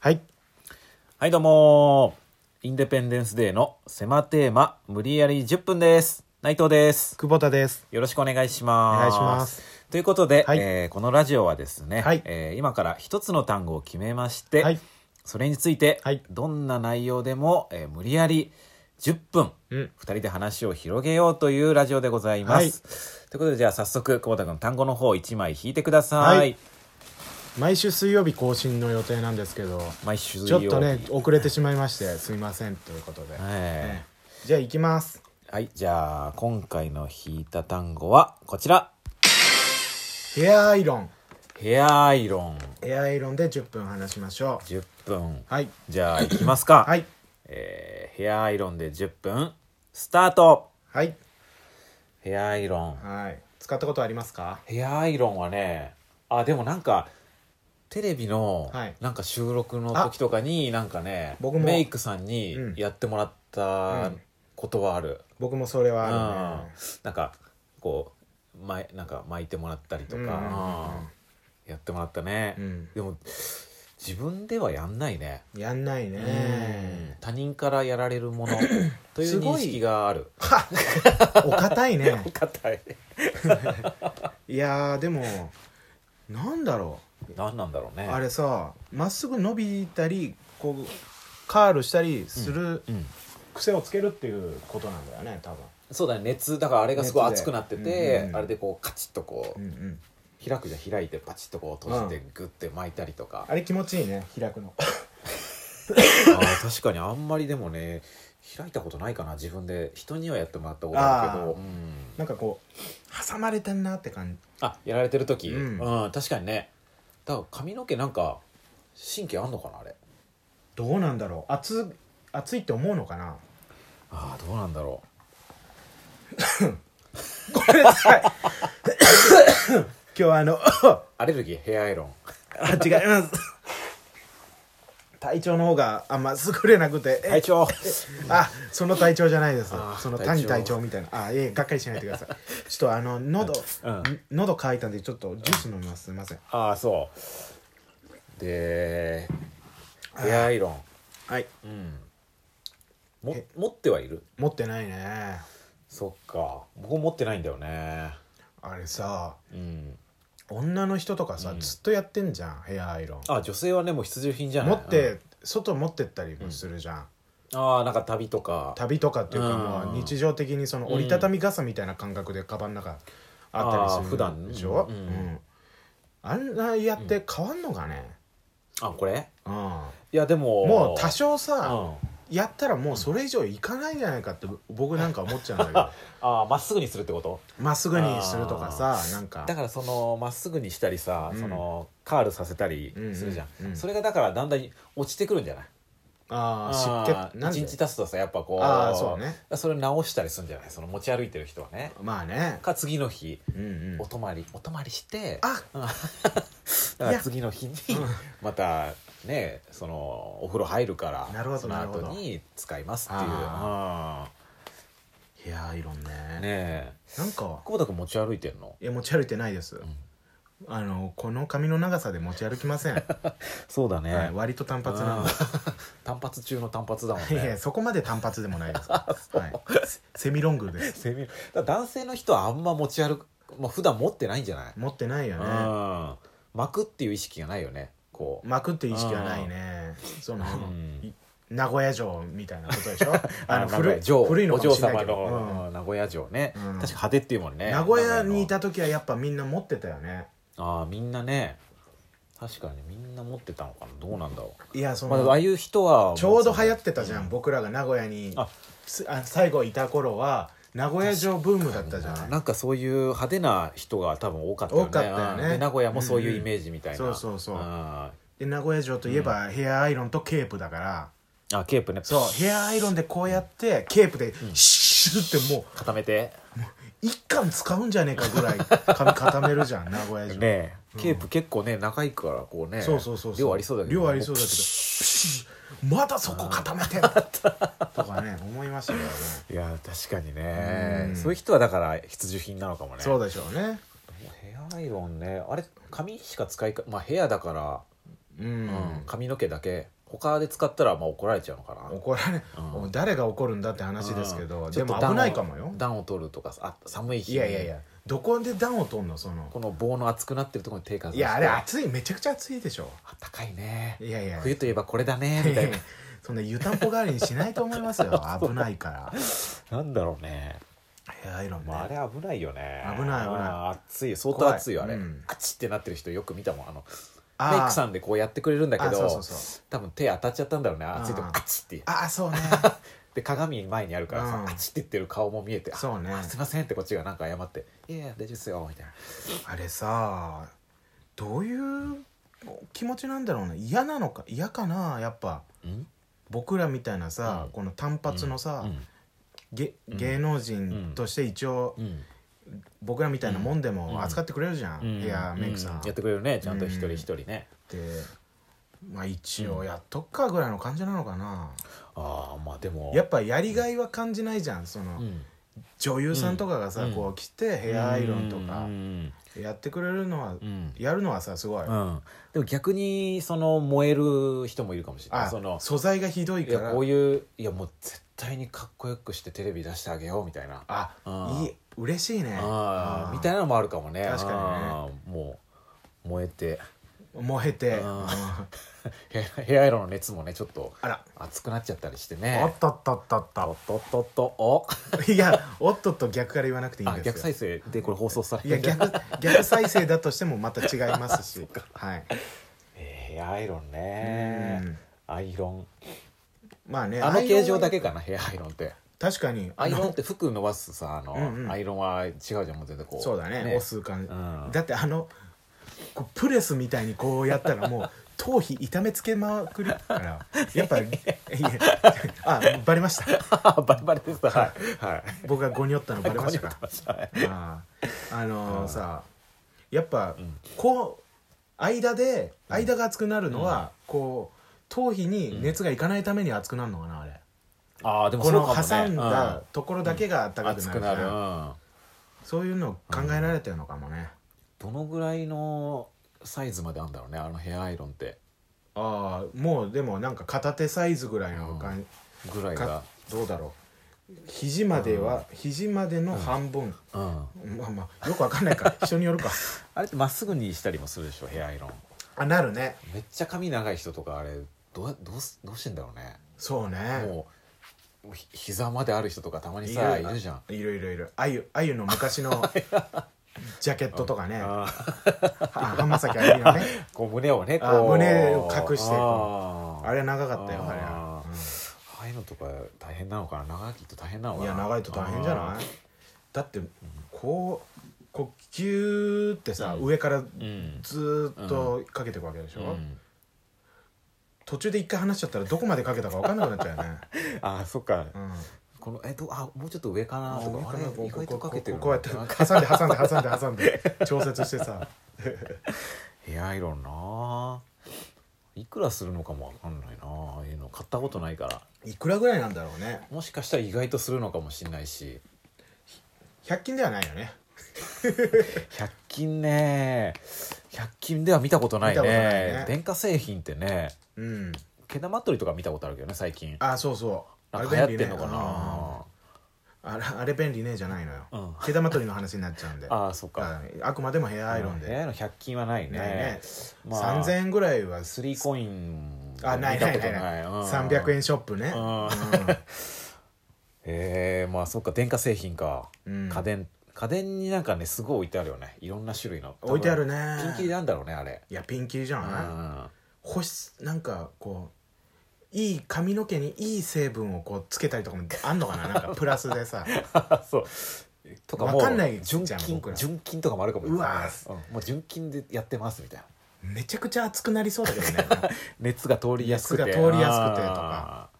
はい。はい、どうもーインデペンデンスデーの狭テーマ、無理やり10分です。内藤です。久保田です。よろしくお願いします。お願いしますということで、はいえーこのラジオはですね、はいえー今から一つの単語を決めまして、はいそれについて、はいどんな内容でも、えー無理やり10分、うん。二人で話を広げようというラジオでございます。ということで、じゃあ早速、久保田君、単語の方1枚引いてください。はい毎週水曜日更新の予定なんですけど、毎週水ちょ曜っ日とね、遅れてしまいまして、すいませんということで。はいねじゃあ行きます。はい、じゃあ今回の引いた単語はこちらヘアアイロン。ヘアアイロンヘアアイロンで10分話しましょ10分う。はい。じゃあいきますか、はい。えーヘアアイロンで10分スタートはい。ヘアアイロンはい。使ったことありますかヘアアイロンはねあでもなんかテレビのはいなんか収録の時とかになんかね、僕もメイクさんにうんやってもらっうたんことはある、僕もそれうんはあるね。なんかこうまいなんか巻いてもらったりとか、うんうんうんうんあーやってもらったね、うんでも自分ではやんないね、やんないね。他人からやられる ものというすご認い識があるはっお堅いね。 硬い いやー、でも、なんだろう。何なんだろうねあれさまっすぐ伸びたりこうカールしたりするうん、癖をつけるっていうことなんだよね多分そうだね熱だからあれがすごい熱で熱くなってうて、んうんうんあれでこうカチッとこう、うんうん開くじゃん開いてパチッとこう閉じて、うグッて巻いたりとかあれ気持ちいいね開くのあー確かにあんまりでもね開いたことないかな自分で人にはやってもらったことあるけどあーうんなんかこう挟まれてんなって感あやられてる時、ううん確かにねだから髪の毛なんか神経あんのかなあれじどうなんだろう熱熱いって思うのかなああどうなんだろこれさ今日はあのうアレルギーヘアアイロンあ違います体調の方があんま優れなくて、え体調あその体調じゃないですあーその体調谷体調みたいなあいえがっかりしないでくださいちょっとあの喉、うんん喉渇いたんでちょっとジュース飲みますすいません ああそうでヘアアイロンはいうんもえ持ってはいる持ってないねそっか僕持ってないんだよねあれさうん女の人とかさ、うんずっとやってんじゃんヘアアイロンあ女性はねもう必需品じゃな持いって、うん外持ってったりもするじゃん、ああなんか旅とか旅とかっていうかもううん日常的にその折りたたみ傘みたいな感覚でカバンの中あったりするあー普段ねでしょ、うんあんなやって変わんのかね、あこれうんいやでももう多少さ、うんやったらもうそれ以上いかないんじゃないかって僕なんか思っちゃうん だああまっすぐにするってことけどまっすぐにするとかさなんかだからそのまっすぐにしたりさ、うんそのカールさせたりするじゃん、うんうんうんそれがだからだんだん落ちてくるんじゃないあああ湿気ー一日経つとさやっぱこうああそうねそれ直したりするんじゃないその持ち歩いてる人はねまあねか次の日うんうんお泊まりお泊まりしてあうんだから次の日にまたねそのお風呂入るからなるほどそのなるほ後どに使いますっていうあヘアアイロンうんねねえなんか久保田君持ち歩いてんのいや持ち歩いてないですあのこの髪の長さで持ち歩きませんはそう だね、い割と単発なんあでー単発中の単発だもん いやいやねそこまで単発でもない ですはいセセミロングですセミだから男性の人はあんま持ち歩く、まあ、普段持ってないんじゃない、持ってないようねん巻くっていう意識がないよねこう、巻くって意識はないねその、んい名古屋城みたいなことでし ょあの名古古屋い城古いのおかも嬢しれない様けど、の名古屋城ね、うん確か派手っていうもんうんね名古屋にい名古た時はやっぱみんな持ってたよね屋のああみんなね確かにみんな持ってたのかなどうなんだろ、いやそうの、まあ、ああいう人はちょうど流行ってたじゃん、うん僕らが名古屋にあすあ最後いた頃は名古屋城ブームだったじゃないなんかそういう派手な人が多分多かったよね多かったよねうんで名古屋もそういうイメージみたいな、うんうんそうそうそうんあで名古屋城といえばヘアアイロンとケープだから、ケープねそうヘアアイロンでこうやってケープでシュッてもう固めて一貫使うんじゃねえかぐらい髪固めるじゃ ん名古屋城、ねケープ結構ね長いからこうねそうそうそうそう量ありそうだけど量ありそうだけどプシュまだそこ固めてんだとかね思いましたけどねいや確かにねうんそういう人はだから必需品なのかもねそうでしょうねヘアアイロンねあれ髪しか使いかまあヘアだから、うん、うん髪の毛だけ他で使ったらまあ怒られちゃうのかな怒られ、うん誰が怒るんだって話ですけうどんでもちょっと暖を危ないかもよ暖を取るとかあ寒い日いにやいやいやどこで暖を取んのそのこの棒の熱くなってるところに手かざしていやあれ暑いめちゃくちゃ暑いでしょあったかいねいやいや冬といえばこれだ ねみたいなそんな湯たんぽ代わりにしないと思い ますよ危ないからなんだろうね、ヘアアイロンね、まあ、あれ危ないよね危ない危ないあー熱いよ相当熱いよあれ、怖いうんあちってなってる人よく見たもんあのあメイクさんんでこうやってくれるんだけどあそうそうそ多分手当たっちゃったんだろうね熱いとこうんあちってああそう ねで鏡前にあるからさ、うんあちって言ってる顔も見えてあそうねあすいませんってこっちがなんか謝って「いやいや大丈夫ですよ」みたいなあれさどういう気持ちなんだろうね嫌なのか嫌かなやっぱうん僕らみたいなさ、うんこの単発のさ、うんげうん芸能人として一応うん僕らみたいなもんでうんも扱ってくれるじゃん、うんヘアメイクさん、やうんやっっててくれるねちゃんと一人一人ね、まあ一応やっとくかぐらいの感じなのかな、ああまあでもやっぱやりがいは感じないじゃんその、うん女優さんとかがさ、うんこう来てヘアアイロンとかうんやってくれるのは、うんやるのはさすごい、うんでも逆にその燃える人もいるかもしれないあその素材がひどいいかやらこういういやもう絶対にかっこよくしてテレビ出してあげようみたいなあうんいい嬉しいねあうあんみたいなのもあるかもね確かにねあーもう燃えて燃えて、うんうんヘア ヘアアイロンの熱もねちょっとあら熱くなっちゃったりしてお ねっとっとっとっおとっとっとっとおいやおっとっと逆から言わなくていいんあですよ逆再生でこれ放送されいてやるじゃん逆逆再生だとしてもまた違います しはいえーヘアアイロンねうんアイロンまあねあの形状だけけかなヘアアイロンって確かにアイロンあって服伸ばすさあの、うんうんアイロンは違うじゃんもう全然このうそうだね押す感じ、うんだってあのこうプレスみたいにこうやったらもう頭皮痛めつけまくる からやっぱいやあバレました バレバレですはいはい僕がゴニョ ったのバレましたかはいあーあのーさやっぱこう間で間が熱くなるのはこう頭皮に熱がいかないために熱くなるのかなあれああでもこそうのかもね挟んだところだけがう暖んかく熱なくるなる、からそういうの考えられてるのかもねうん、どのぐらいのサイズまであんだろうねあのヘアアイロンってああもうでもなんか片手サイズぐらいの感ぐらいじがかどうだろう肘までは肘までの半分うんまあまあよくわかん ないか人によるかあれってまっすぐにしたりもするでしょヘアアイロンあなるねめっちゃ髪長い人とかあれどうどうすどうしてんだろうねそうねもうひ膝まである人とかたまにさいるじゃんいるいるいるあゆあゆの昔 のジャケットとかねあーは浜崎あゆみ のねこう胸をねあーこう胸を隠してこうあーあれ長かったよあれあはーああいうのとか大変なのかな長いと大変なのうんかいなやい長いと大変じゃないだってこうこうキューってさ、うん上からうんずーっとかけていくわけでしょ、うん途中で一回話しちゃったらどこまでかけたか分かんなくなっちゃうよ ね、あーそっうかんこのえどあもうちょっと上かなとかあれ意外とかけてるなこうやって挟んで挟んで挟んで挟んで調節してさヘアアイロンないくらするのかもわかんないなああいうの買ったことないからいくらぐらいなんだろうねもしかしたら意外とするのかもしんないし100均ではないよね100均ね100均では見たことないね見たことないね電化製品ってねうん毛玉取りとか見たことあるけどね最近あそうそうなんか流行ってんのかあれ便利ねなうんあれあれ便利ねじゃないのよ、うん毛玉取りの話になっちゃうんでああそっかはいあくまでもヘアアイロンヘアアで、イロン100均はないねないね、まあ3000円ぐらいはスリーコインあないないないない、300円ショップね、うんええまあそっか電化製品か、うん家電家電になんかねすごい置いてあるよねいろんな種類の置いてあるねねピンキリなんだろうねあれいやピンキリじゃうない、ん保湿なんかこういい髪の毛にいい成分をこうつけたりとかもあんの かななんかプラスでさそうとかもわかんないじゃん純金僕ら純金とかもあるかもねうわーうんもう純金でやってますみたいなめちゃくちゃ熱くなりそうだけどね 熱が通りやすくて熱が通りやすくてとか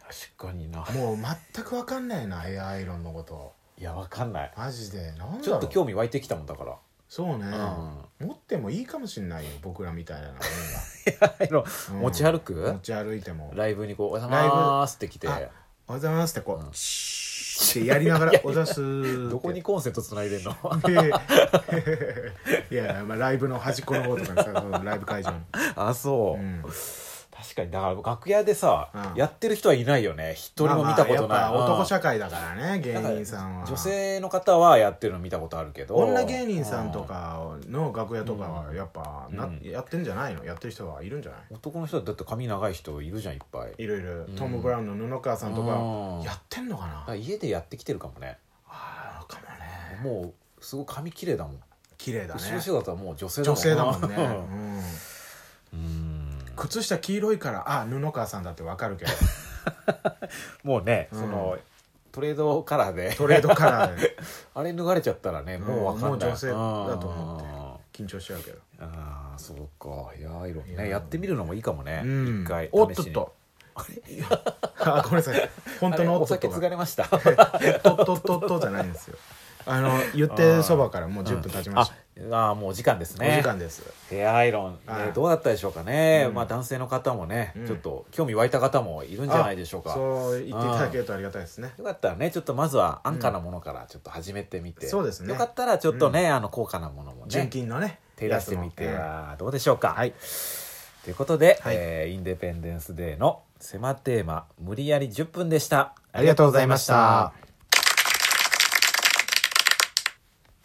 あー確かになもう全くわかんないなヘアアイロンのこといやわかんないマジでなんだろうちょっと興味湧いてきたもんだ からそうね、う持ってもいいかもしんないよ僕らみたいなのが、 あのうん持ち歩く、持ち歩いても「ライブにこう「おはようございます」って来てあおはようございます」ってこう、シーってやりながら「おざす」ってどこにコンセントつな いでんの でいや、まあ、ライブの端っこの方とかさそのライブ会場のあそう、うん確かにだから楽屋でさ、うんやってる人はいないよね一人も見たことない、まあまあやっぱうん男社会だからね芸人さんは女性の方はやってるの見たことあるけど女芸人さんとかの楽屋とかうはんやっぱな、うんやってんじゃないのやってる人はいるんじゃないうん男の人だって髪長い人いるじゃんいっぱいいろいろうんトム・ブラウンの布川さんとうんかやってんのかなだ、から家でやってきてるかもねああかもねもうすごい髪綺麗だもん、綺麗だね後ろ姿はもう女性だも女ん性だもんね、 うんうんうん、靴下黄色いからあ布川さんだってわかるけどもうね、うんそのトレードカラーで トレードカラーであれ脱がれちゃったらねもうわかんない、うんもう女性だと思ってうん緊張しちゃうけど、ああそうかいやーいろいろいやねーやってみるのもいいかもね、うん、一回おっと試っしにと あごめんなさい本当あのれおおっとっ酒と継ががれました 「とっとっとっと」じゃないんですよあの言ってそばからもう10分経ちました、うんああーもうお時間ですおね時間ですヘアアイロン、ねはいどうだったでしょうかね、うんまあ男性の方もね、うんちょっと興味湧いた方もいるんじゃないでしょうかあそう言っていただけるとありがたいですねよかったらねちょっとまずは安価なものからちょっと始めてみて、そうですねよかったらちょっとね、あの高価なものもね純金のね手出してみてやつもはどうでしょうか、はいということで、はいえーインデペンデンス・デーの「狭テーマ無理やり10分」でしたありがとうございました